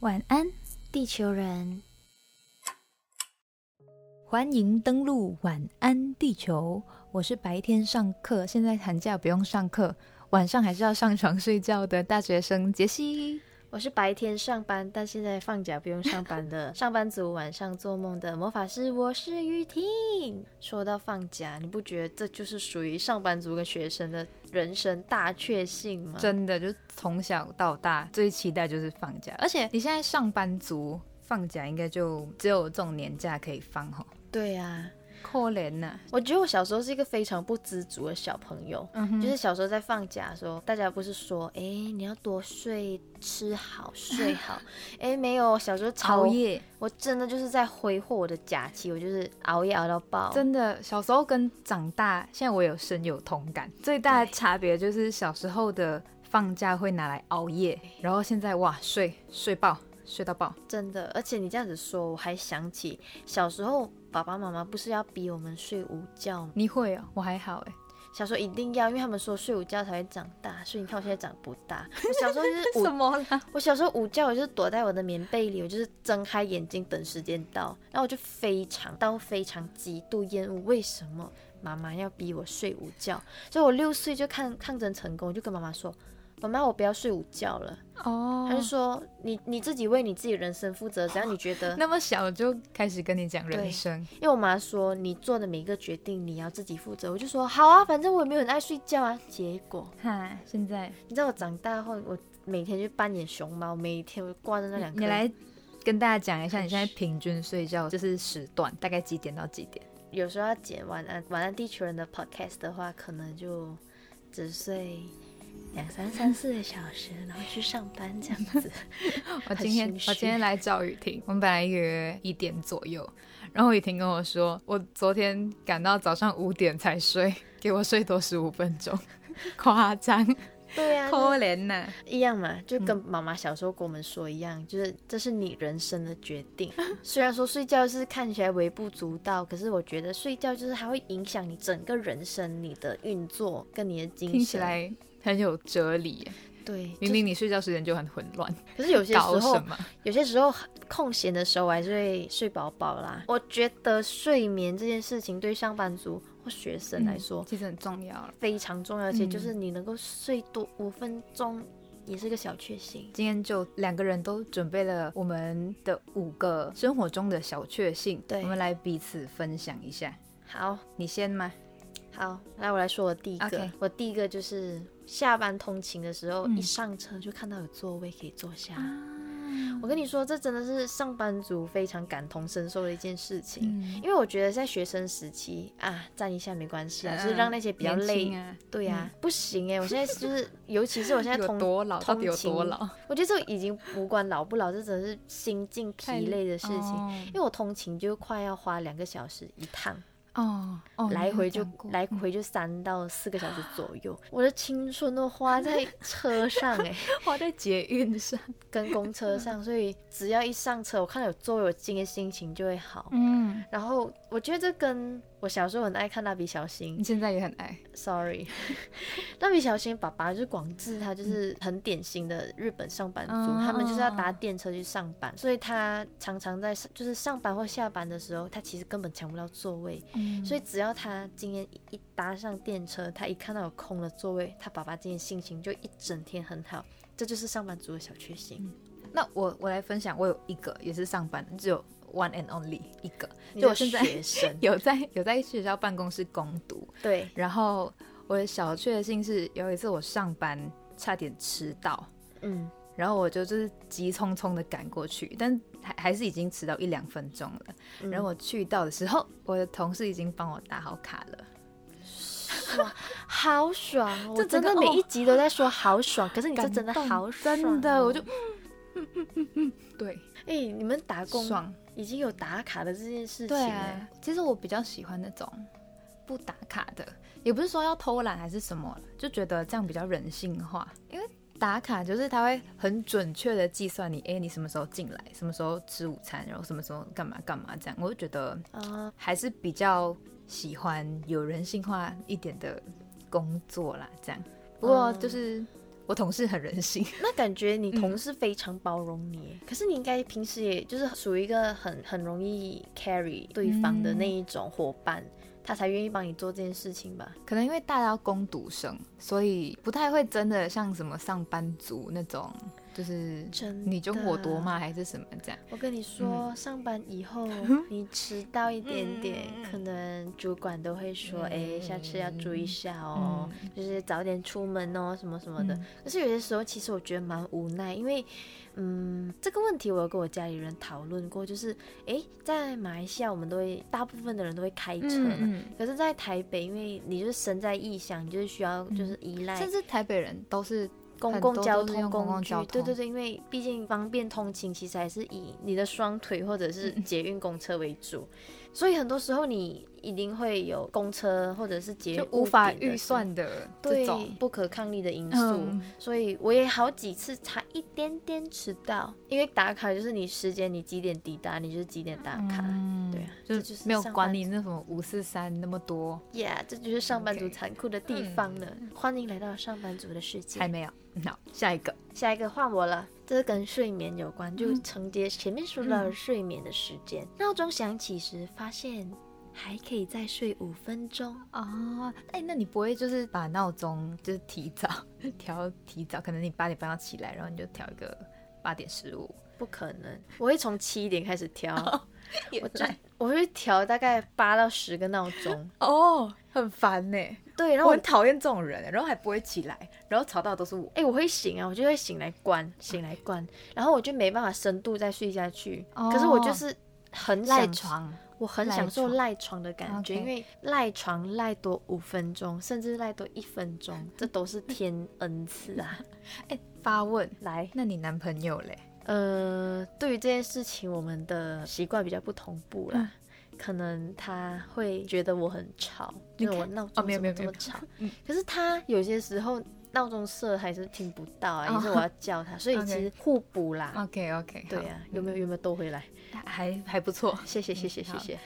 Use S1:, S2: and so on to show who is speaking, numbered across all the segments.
S1: 晚安，地球人！欢迎登录晚安地球。我是白天上课，现在寒假不用上课，晚上还是要上床睡觉的大学生杰西。
S2: 我是白天上班，但现在放假不用上 班的上班族，晚上做梦的魔法师，我是雨婷。说到放假，你不觉得这就是属于上班族跟学生的人生大确幸吗？
S1: 真的，就是从小到大最期待就是放假，而且你现在上班族放假应该就只有这种年假可以放吼，
S2: 对
S1: 啊
S2: 呀、
S1: 可怜呐、
S2: 我觉得我小时候是一个非常不知足的小朋友，
S1: 嗯哼
S2: 就是小时候在放假的时候，大家不是说，哎、你要多睡，吃好，睡好，哎、没有，小时候超
S1: 熬，夜，
S2: 我真的就是在挥霍我的假期，我就是熬夜熬到爆，
S1: 真的，小时候跟长大，现在我有深有同感。最大的差别就是小时候的放假会拿来熬夜，然后现在哇睡睡爆，睡到爆。
S2: 真的，而且你这样子说，我还想起小时候爸爸妈妈不是要逼我们睡午觉吗？
S1: 你会哦，我还好哎，
S2: 小时候一定要，因为他们说睡午觉才会长大，所以你看我现在长不 大。我小时候就是
S1: 什
S2: 午，
S1: 么啦？
S2: 我小时候午觉我就是躲在我的棉被里，我就是睁开眼睛等时间到，然后我就非常到非常极度厌恶，为什么妈妈要逼我睡午觉？所以我六岁就抗抗争成功，我就跟妈妈说。妈妈，我不要睡午觉了。
S1: 哦
S2: 她就说：“你你自己为你自己人生负责，只要你觉得
S1: 那么小就开始跟你讲人生，
S2: 因为我妈说你做的每一个决定你要自己负责，我就说好啊，反正我也没有很爱睡觉啊。结果
S1: 哈，现在
S2: 你知道我长大后，我每天去扮演熊猫，每一天我挂着那两颗。
S1: 你来跟大家讲一下，你现在平均睡觉就是时段，大概几点到几点？
S2: 有时候要剪晚安晚安地球人的 podcast 的话，可能就只睡两三三四个小时，然后去上班这样 子。
S1: 我今天
S2: 很心虚
S1: 我今天来找雨婷，我们本来约一点左右，然后雨婷跟我说，我昨天赶到早上五点才睡，给我睡多十五分钟，夸 张，
S2: 对 啊，就是
S1: 可怜呐！
S2: 一样嘛，就跟
S1: 嗯
S2: 妈妈小时候跟我们说一样，就是这是你人生的决定。 虽然说睡觉是看起来微不足道，可是我觉得睡觉就是它会影响你整个人生、你的运作跟你的精神。
S1: 听起来很有哲理耶，
S2: 对，
S1: 明
S2: 就是
S1: 明你睡觉时间就很混乱，
S2: 可是有些时
S1: 搞什
S2: 候，
S1: 么？
S2: 有些时候空闲的时候，我还是会睡饱饱啦。我觉得睡眠这件事情对上班族或学生来说、
S1: 其实很重要了。
S2: 非常重要，而且
S1: 嗯
S2: 就是你能够睡多五分钟，也是个小确幸。
S1: 今天就两个人都准备了我们的五个生活中的小确幸，
S2: 对
S1: 我们来彼此分享一下。
S2: 好。
S1: 你先吗？
S2: 好，来我来说我第一个
S1: OK
S2: 我第一个就是下班通勤的时候，
S1: 嗯啊
S2: 一上车就看到有座位可以坐下。我跟你说，这真的是上班族非常感同身受的一件事情，
S1: 嗯
S2: 因为我觉得在学生时期啊，站一下没关系啊，就是让那些比较
S1: 年
S2: 累，
S1: 轻啊，
S2: 对呀、不行哎、我现在 就是，尤其是我现在
S1: 有
S2: 通
S1: 多老？到
S2: 通
S1: 底有
S2: 勤
S1: 多老？
S2: 我觉得这已经无关老不老，这真的是心境疲累的事情。
S1: 情
S2: 因为我通勤就快要花两个小时一趟，
S1: 哦哦，
S2: 来
S1: 你有
S2: 回就
S1: 讲过 嗯
S2: 来回就三到四个小时左右，我的青春都花在车上哎、
S1: 花在捷运上，
S2: 跟 公车上，所以只要一上车，我看到有座位，我今天心情就会好。
S1: 嗯，
S2: 然后我觉得这跟我小时候很爱看蜡笔小
S1: 你
S2: 新
S1: 现在也很爱，
S2: ，sorry，蜡笔小新爸爸就是广志，他就是很典型的日本上班族，
S1: 嗯
S2: 他们就是要搭电车去上班，所以他常常在就是上班或下班的时候，他其实根本抢不到座位，所
S1: 以
S2: 以只要他今天一搭上电车，他一看到有空的座位，他爸爸今天心情就一整天很好。这就是上班族的小确幸。
S1: 嗯那我我来分享，我有一个也是上班，只有 one and only 一个，
S2: 你
S1: 就我
S2: 的
S1: 现在
S2: 学生，
S1: 有在有在学校办公室攻读，
S2: 对，
S1: 然后我的小确幸是有一次我上班差点迟到，
S2: 嗯，
S1: 然后我就就是急匆匆的赶过去，但还还是已经迟到一两分钟了。
S2: 嗯
S1: 然后我去到的时候，我的同事已经帮我打好卡了。
S2: 爽，好爽哦！我
S1: 这
S2: 真
S1: 整
S2: 的
S1: 个
S2: 每
S1: 哦
S2: 一集都在说好爽，可是你这
S1: 感
S2: 真的
S1: 动
S2: 好爽哦，
S1: 真的，我就嗯对
S2: 哎，你们打工
S1: 爽。
S2: 已经有打卡的这件事情
S1: 对
S2: 了
S1: 啊，，其实我比较喜欢那种不打卡的，也不是说要偷懒还是什么，就觉得这样比较人性化。因为打卡就是它会很准确的计算你，哎，你什么时候进来，什么时候吃午餐，然后什么时候干嘛干嘛这样，我就觉得
S2: 啊，
S1: 还是比较喜嗯欢有人性化一点的工作啦，这样。不过就是我同事很人性，
S2: 那感觉你同事非常包容你耶，可是你应该平时也就是属于一个很很容易 carry 对方的那一种伙伴，他才愿意帮你做这件事情吧？
S1: 可能因为大家要攻读生，所以不太会真的像什么上班族那种，就是
S2: 真的
S1: 你就我多嘛，还是什么这样。
S2: 我跟你说，上班以后你迟到一点点，可能主管都会说，哎、下次要注意一下哦，就是早点出门哦，什么什
S1: 嗯
S2: 么的。可是有些时候，其实我觉得蛮无奈，因为，嗯，这个问题我有跟我家里人讨论过，就是，哎，在马来西亚我们都会，大部分的人都会开车嘛，
S1: 嗯
S2: 可是，在台北，因为你就是身在异乡，你就是需要就是依赖
S1: 嗯甚至台北人都是
S2: 公
S1: 很
S2: 共
S1: 多
S2: 交
S1: 都是
S2: 通
S1: 用公
S2: 工
S1: 共
S2: 具
S1: 交，
S2: 对对
S1: 通
S2: 对，因为毕竟方便通勤，其实还是以你的双腿或者是捷运公车为主，所以很多时候你一定会有公车或者是捷运
S1: 就无法
S2: 误点的
S1: 预算的这
S2: 对
S1: 种。
S2: 不可抗力的因素，
S1: 嗯
S2: 所以我也好几次差一点点迟到，因为打卡就是你时间，你几点抵达，你就是几点打卡。
S1: 嗯
S2: 对啊
S1: 就
S2: 这就是
S1: 没有
S2: 上
S1: 管
S2: 班
S1: 你那什么五四三那么多，
S2: Yeah，这就是上班族
S1: OK 嗯
S2: 残酷的地方呢。欢迎来到上班族的世界。
S1: 还没有。 好，下一个，
S2: 下一个换我了，这是跟睡眠有关，就承接前面说
S1: 嗯
S2: 到的睡眠的时间。闹钟响起时，发现还可以再睡五分钟。
S1: 哦，哎，那你不会就是把闹钟就是提早 调提早，可能你八点半要起来，然后你就调一个八点十五，
S2: 不可能，我会从七点开始 调，
S1: 我
S2: 我就我会调大概八到十个闹钟。
S1: 哦，很烦呢、
S2: 对，然
S1: 我
S2: 后我
S1: 很讨厌这种人，然后还不会起来，然后吵到的都是我。
S2: 哎、我会醒啊，我就会醒来关，醒来关，然后我就没办法深度再睡下去。
S1: 哦
S2: 可是我就是很想
S1: 赖床，
S2: 我很
S1: 赖
S2: 享受
S1: 床
S2: 赖床的感觉，
S1: OK
S2: 因为赖床赖多五分钟，甚至赖多一分钟，这都是天恩 赐啊！
S1: 哎，发问，
S2: 来，
S1: 那你男朋友嘞？
S2: 呃，对于这件事情，我们的习惯比较不同步啦。
S1: 嗯
S2: 可能他会觉得我很吵，
S1: 你
S2: 因为我
S1: 看
S2: 闹
S1: 哦
S2: 钟
S1: 没有
S2: 怎
S1: 没有
S2: 么这
S1: 没
S2: 么
S1: 有嗯
S2: 吵。可是他有些时候闹钟设还是听不到啊，也是我要叫他，所以
S1: 哦 OK 哦嗯
S2: 其实互补啦。
S1: OK OK，
S2: 对啊，有没有有没有都回来？
S1: 还还不错。
S2: 谢谢谢谢谢
S1: 嗯好
S2: 谢。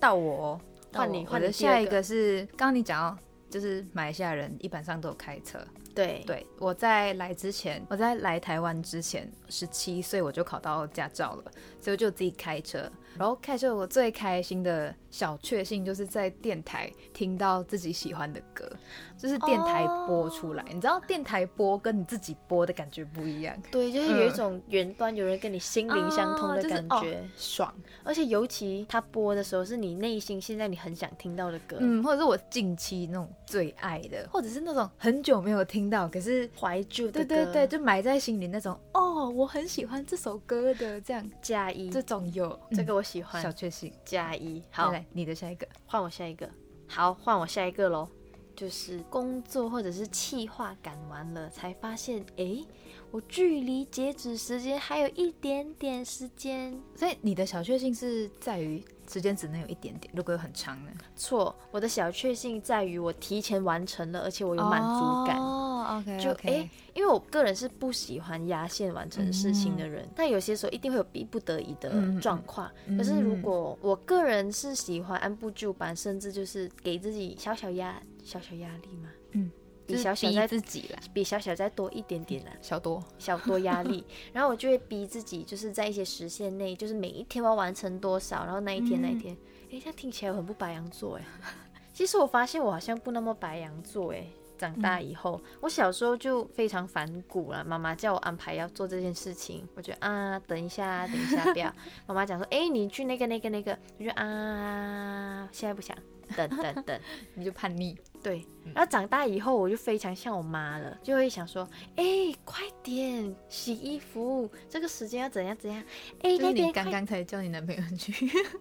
S1: 到我哦，
S2: 换
S1: 到我
S2: 你
S1: 我
S2: 换
S1: 的
S2: 你第二
S1: 下一
S2: 个
S1: 个是刚刚你讲到，就是马来西亚人一般上都有开车。
S2: 对
S1: 对，我在来之前，我在来台湾之前，十七岁我就考到驾照了，所以我就自己开车。然后开车我最开心的小确幸就是在电台听到自己喜欢的歌，就是电台播出来。你知道电台播跟你自己播的感觉不一样，
S2: 对，就是有一
S1: 嗯
S2: 种远端有人跟你心灵相通的
S1: 哦就是
S2: 感
S1: 哦
S2: 觉，
S1: 爽。
S2: 而且尤其他播的时候是你内心现在你很想听到的歌，
S1: 嗯，或者是我近期那种最爱的，或者是那种很久没有听到，可是
S2: 怀旧
S1: 对
S2: 的歌，
S1: 对对，就埋在心里那种。哦，我很喜欢这首歌的，这样
S2: 加一，
S1: 这
S2: 这
S1: 种有
S2: 这个我喜欢，
S1: 小确幸。
S2: 加一。
S1: 好，
S2: 好，
S1: 来你的下一个。
S2: 换我下一个，好，换我下一个喽。就是工作或者是气化赶完了，才发现，诶，我距离截止时间还有一点点时间。
S1: 所以你的小确幸是在于时间只能有一点点，如果有很长呢，
S2: 错，我的小确幸在于我提前完成了，而且我有满足感。
S1: 哦，OK，
S2: 就
S1: OK
S2: 诶，因为我个人是不喜欢压线完成事情的人，但有些时候一定会有逼不得已的
S1: 嗯嗯嗯
S2: 状况。可是如果我个人是喜欢按部就班，甚至就是给自己小小压小小压力嘛，
S1: 嗯，
S2: 比
S1: 就是
S2: 小小
S1: 逼
S2: 再
S1: 自己啦，
S2: 比小小再多一点啊点啦、
S1: 小多。
S2: 小多压力，然后我就会逼自己，就是在一些时限内，就是每一天我要完成多少，然后那一天、那一天，诶，这样听起来我很不白羊座哎。 其实我发现我好像不那么白羊座哎，长大以后，我小时候就非常反骨了，妈妈叫我安排要做这件事情，我就啊等一下，等一下不要，妈妈讲说，诶，你去那个那个那个，我就啊现在不想，等等等。
S1: 你就叛 逆，
S2: 对，
S1: 嗯
S2: 然后长大以后我就非常像我妈了，就会想说，哎、快点洗衣服，这个时间要怎样怎样，哎、
S1: 就是
S2: 那
S1: 你
S2: 边
S1: 刚
S2: 快
S1: 刚才叫你男朋 友去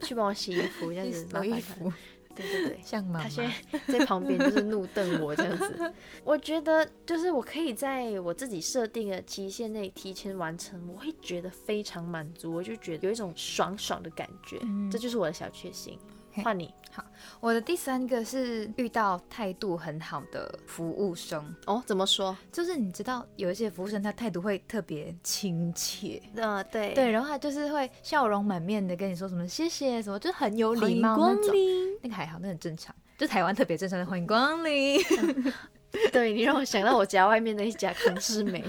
S2: 去帮我洗衣服，这样
S1: 去
S2: 子麻
S1: 拿衣
S2: 烦她。
S1: 服，
S2: 对对对，
S1: 像 妈
S2: 他
S1: 妈。
S2: 现在在旁边就是怒瞪我这样子。我觉得就是我可以在我自己设定的期限内提前完成，我会觉得非常满足，我就觉得有一种爽爽的感觉，
S1: 嗯
S2: 这就是我的小确幸。
S1: OK
S2: 换你
S1: 我的第三个是遇到态度很好的服务生，
S2: 哦，怎么说？
S1: 就是你知道有一些服务生他态度会特别亲切，
S2: 呃，对
S1: 对，，然后他就是会笑容满面的跟你说什么谢谢什么，就很有
S2: 欢
S1: 礼
S2: 迎
S1: 貌
S2: 光
S1: 那种。
S2: 临。
S1: 那个还好，那很正常，就台湾特别正常的欢迎光临。
S2: 对你让我想到我家外面那一家康世美。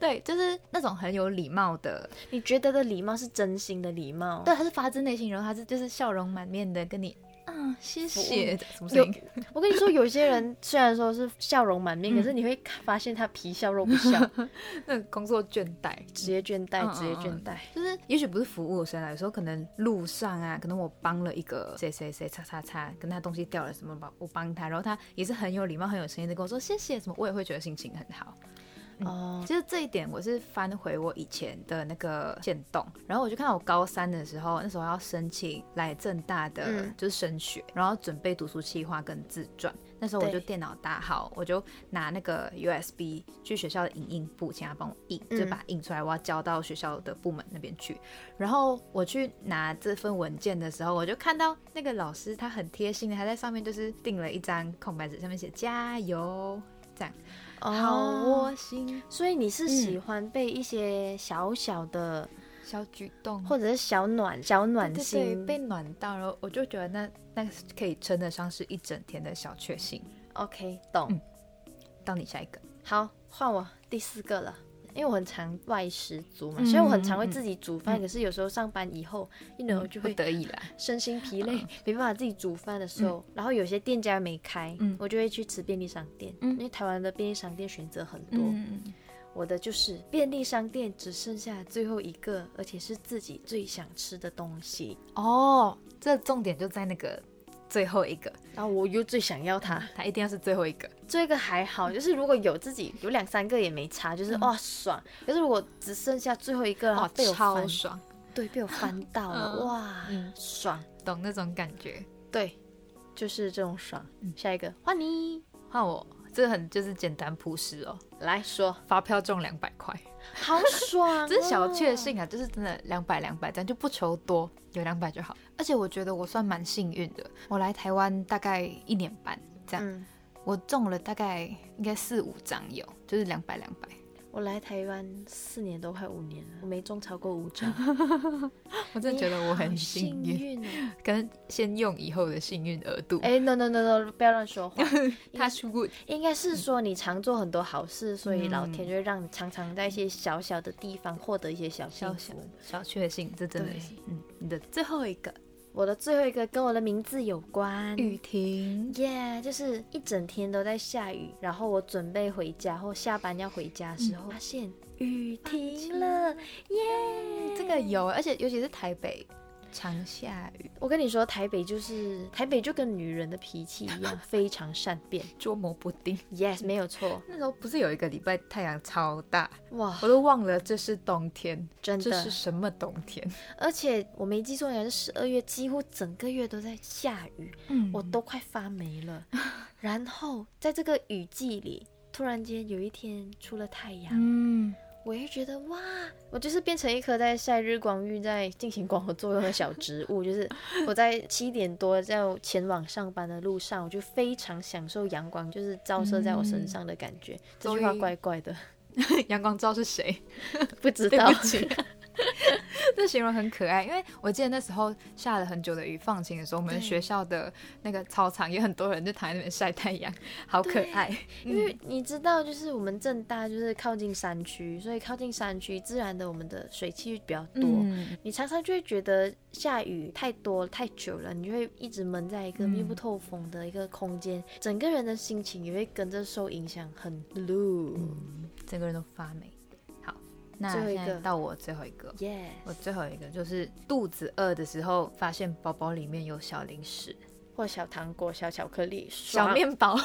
S1: 对，就是那种很有礼貌的，
S2: 你觉得的礼貌是真心的礼貌？
S1: 对，他是发自内心，然后他是就是笑容满面的跟你啊，谢谢，什么
S2: 有
S1: 声音？
S2: 我跟你说，有些人虽然说是笑容满面，可是你会发现他皮笑肉不笑，
S1: 那种工作倦怠，
S2: 职业倦怠
S1: 嗯，嗯
S2: 职业倦怠。
S1: 就是也许不是服务生啦，有时候可能路上啊，可能我帮了一个谁谁谁叉叉叉，跟他东西掉了什么吧，我帮他，然后他也是很有礼貌、很有诚意的跟我说谢谢什么，我也会觉得心情很好。嗯
S2: 哦，
S1: 其实这一点我是翻回我以前的那个线动，然后我就看到我高三的时候，那时候要申请来正大的
S2: 嗯
S1: 就是升学，然后准备读书计划跟自传。那时候我就
S2: 对
S1: 电脑打好，我就拿那个 USB 去学校的影印部，请他帮我印，
S2: 嗯
S1: 就把它印出来，我要交到学校的部门那边去。然后我去拿这份文件的时候，我就看到那个老师他很贴心的，他在上面就是订了一张空白纸，上面写加油，这样好窝
S2: 哦，
S1: 心。
S2: 所以你是喜欢被一些小小的，
S1: 小举动，
S2: 或者是小暖、小暖
S1: 对对
S2: 心
S1: 被暖到，然后我就觉得那那是可以称得上是一整天的小确幸。
S2: OK，懂。
S1: 嗯到你下一个，
S2: 好，换我第四个了。因为我很常外食族嘛，
S1: 嗯
S2: 虽然我很常会
S1: 嗯嗯
S2: 自己煮饭，可是有时候上班以后，一轮我就
S1: 不
S2: 会
S1: 嗯得已啦，
S2: 身心疲累，没办法自己煮饭的时候，然后有些店家没开，
S1: 嗯
S2: 我就会去吃便利商店，
S1: 嗯
S2: 因为台湾的便利商店选择很多。
S1: 嗯，
S2: 我的就是便利商店只剩下最后一个，而且是自己最想吃的东西，
S1: 哦，这重点就在那个最后一个，
S2: 然后我又最想要它。
S1: 它一定要是最后一个，
S2: 这个还好，就是如果有自己有两三个也没差，就是哇、爽。可是如果只剩下最后一个，然后
S1: 哇，
S2: 啊被我
S1: 哦超
S2: 翻，
S1: 爽，
S2: 对，被我翻到了，
S1: 嗯
S2: 哇，
S1: 嗯
S2: 爽，
S1: 懂那种感觉。
S2: 对，就是这种爽。
S1: 嗯
S2: 下一个换你
S1: 换我，这很就是简单朴实哦，
S2: 来说，
S1: 发票中两百块，
S2: 好爽、
S1: 这是小确。幸啊，就是真的两百两百，咱就不求多，有两百就好。而且我觉得我算蛮幸运的，我来台湾大概一年半这样。
S2: 嗯，
S1: 我中了大概应该四五张有，就是两百两百。
S2: 我来台湾四年多，快五年了，我没中超过五 张，
S1: 我真的觉得我很
S2: 好
S1: 幸
S2: 幸
S1: 运，
S2: 运哦。
S1: 可能先用以后的幸运额度。
S2: 哎，no no no no，不要乱说话。
S1: 他出过
S2: 应该是说你常做很多好事，所以老
S1: 嗯
S2: 天就会让你常常在一些小小的地方获得一些小幸
S1: 小
S2: 福。
S1: 小小确幸，这真的
S2: 对
S1: 是嗯，你的最后一个
S2: 我的最后一个跟我的名字有关。
S1: 雨婷，
S2: 耶就是一整天都在下雨，然后我准备回家或下班要回家的时候，发嗯现雨停了，耶、
S1: 这个有，而且尤其是台北常下雨，
S2: 我跟你说，台北就是台北，就跟女人的脾气一样，非常善 变。
S1: 捉摸不定。
S2: Yes，没有错。
S1: 那时候不是有一个礼拜太阳超大，
S2: 哇，
S1: 我都忘了这是冬天，
S2: 真
S1: 这是
S2: 的，
S1: 什么冬天？
S2: 而且我没记错，应该是十二月，几乎整个月都在下雨，
S1: 嗯
S2: 我都快发 霉了。然后在这个雨季里，突然间有一天出了太阳，
S1: 嗯，
S2: 我也觉得哇，我就是变成一棵在晒日光浴、在进行光合作用的小植物。就是 我在七点多在前往上班的路上，我就非常享受阳光，就是照射在我身上的感觉。这句话
S1: 终于
S2: 怪怪的，
S1: 阳光照是谁？
S2: 不知
S1: 对
S2: 道
S1: 不。起， 这形容很可爱，因为我记得那时候下了很久的雨，放晴的时候，我们
S2: 对
S1: 学校的那个操场也很多人就躺在那边晒太阳，好可爱。
S2: 因为你知道，就是我们正大就是靠近山区，所以靠近山区，自然的我们的水汽比较 多。
S1: 嗯，
S2: 你常常就会觉得下雨太多太久了，你就会一直闷在一个
S1: 嗯
S2: 密不透风的一个空间，整个人的心情也会跟着受影响，很 low。
S1: 嗯整个人都发霉。好，那
S2: 最后一
S1: 现
S2: 个
S1: 在到我最后一个，
S2: Yes，
S1: 我最后一个就是肚子饿的时候，发现包包里面有小零食、
S2: 或小糖果、小巧克力、爽
S1: 小，面 包，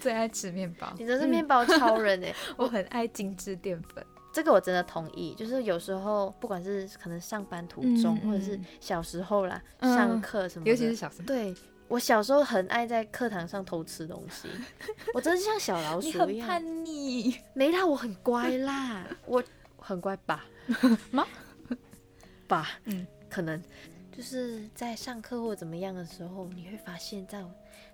S1: 最爱吃面包。
S2: 你真是面包超人哎、
S1: 我很爱精致淀粉，
S2: 这个我真的同意，就是有时候不管是可能上班途中，
S1: 嗯嗯
S2: 或者是小时候啦，
S1: 嗯
S2: 上课什么的，
S1: 尤其是小时候。
S2: 对。我小时候很爱在课堂上偷吃东 西，我真是像小老
S1: 你
S2: 鼠一
S1: 很
S2: 样。
S1: 叛逆，
S2: 没啦，我很乖啦， 我很乖吧？
S1: 妈
S2: 吧，
S1: 嗯
S2: 可能就是在上课或怎么样的时候，你会发现在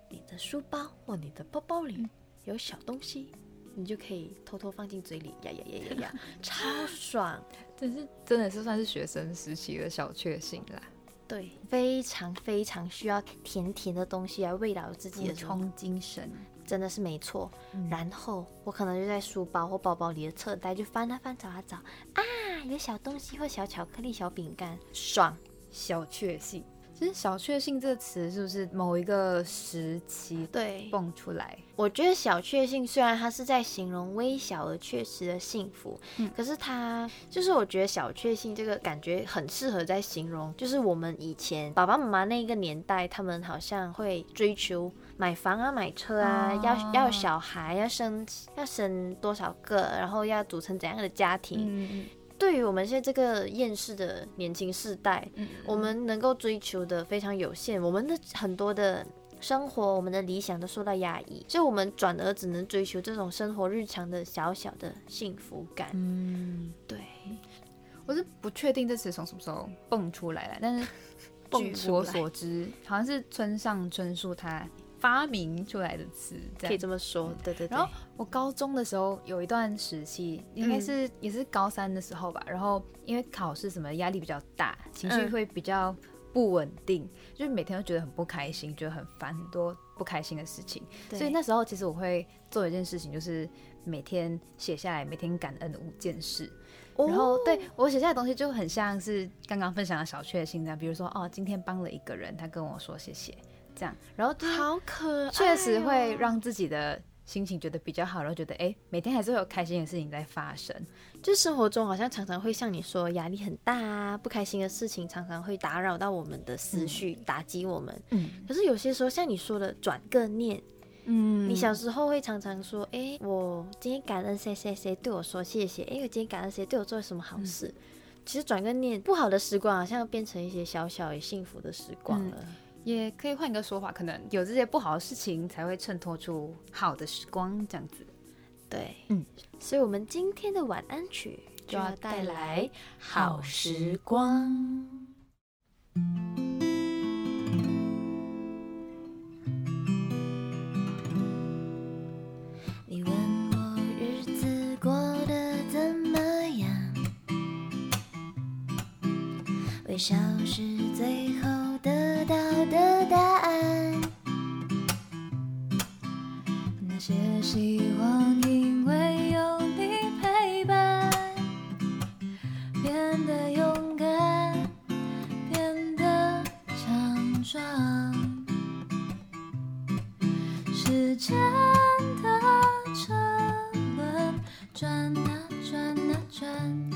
S2: 你的书包或你的包包里有小东西，你就可以偷偷放进嘴里，呀呀呀呀 呀，超爽！
S1: 真是真的是算是学生时期的小确幸啦。
S2: 对，非常非常需要甜甜的东西来喂饱自己
S1: 补
S2: 的冲，
S1: 充精神。
S2: 真的是没错。
S1: 嗯
S2: 然后我可能就在书包或包包里的侧袋就翻啊翻，找啊找啊，有小东西或小巧克力、小饼干，爽。
S1: 小确幸，其实“小确幸”这个词是不是某一个时期
S2: 对，
S1: 蹦出来？
S2: 我觉得小确幸虽然它是在形容微小而确实的幸福，
S1: 嗯
S2: 可是它就是我觉得小确幸这个感觉很适合在形容，就是我们以前爸爸妈妈那个年代，他们好像会追求买房啊、买车啊，
S1: 哦
S2: 要要有小孩，要生要生多少个，然后要组成怎样的家庭。
S1: 嗯
S2: 对于我们现在这个厌世的年轻世代，
S1: 嗯
S2: 我们能够追求的非常有限，我们的很多的生活，我们的理想都受到压抑，所以我们转而只能追求这种生活日常的小小的幸福感。
S1: 嗯，
S2: 对，
S1: 我是不确定这词从什么时候蹦出来的，但是
S2: 蹦
S1: 据
S2: 出
S1: 我
S2: 来
S1: 所知，好像是村上春树他发明出来的词，这
S2: 可以
S1: 样。
S2: 这嗯么说。对对对。
S1: 然后我高中的时候有一段时期，应该是、也是高三的时候吧。然后因为考试什么压力比较大，情绪
S2: 嗯
S1: 会比较不稳定，就是每天都觉得很不开心，觉得很烦，很多不开心的事情。
S2: 对
S1: 所以那时候其实我会做一件事情，就是每天写下来每天感恩的五件事。然
S2: 哦
S1: 后对我写下的东西就很像是刚刚分享的小确幸这样，比如说哦，今天帮了一个人，他跟我说谢谢，这样，然后就是
S2: 好可爱、哦
S1: 确实会。让自己的心情觉得比较好，然后觉得哎、诶每天还是会有开心的事情在发生。
S2: 就生活中好像常常会像你说压力很大啊，不开心的事情常常会打扰到我们的思绪，打击我们。
S1: 嗯
S2: 可是有些时候像你说的转个念，
S1: 嗯
S2: 你小时候会常常说，哎、我今天感恩谁谁谁对我说谢谢，哎、我今天感恩谁对我做了什么好事。其实转个念，不好的时光好像变成一些小小也幸福的时光了。
S1: 也可以换一个说法，可能有这些不好的事情才会衬托出好的时光，这样子。
S2: 对，
S1: 嗯，
S2: 所以我们今天的晚安曲就要带来好时
S1: 光。
S2: 你问我日子过得怎么样？微笑是最后得到的答案。那些希望因为有你陪伴，变得勇敢，变得强壮。时间的车轮转啊转啊转，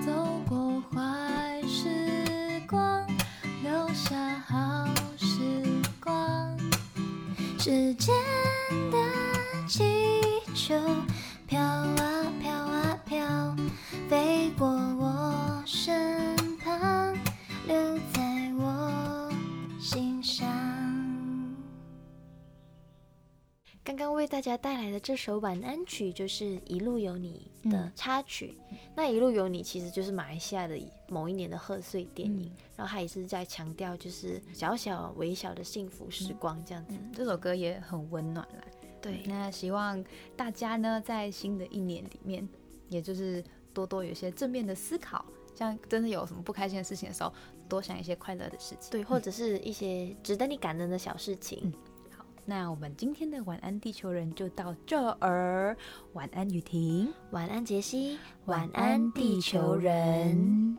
S2: 走过坏时光，留下好时光。时间的气球飘啊飘啊飘，飞过我身旁，留在我心上。刚刚为大家带来的这首晚安曲就是《一路有你》的插曲。那《一路有你》其实就是马来西亚的某一年的贺岁电影，然后它也是在强调就是小小微小的幸福时光这样子。
S1: 这首歌也很温暖啦。
S2: 嗯对，
S1: 嗯那希望大家呢，在新的一年里面，也就是多多有一些正面的思考，这样真的有什么不开心的事情的时候，多想一些快乐的事情。
S2: 对，或者是一些值得你感恩的小事情。
S1: 好，嗯那我们今天的晚安地球人就到这儿，晚安雨婷，
S2: 晚安，杰西。晚安，地球人。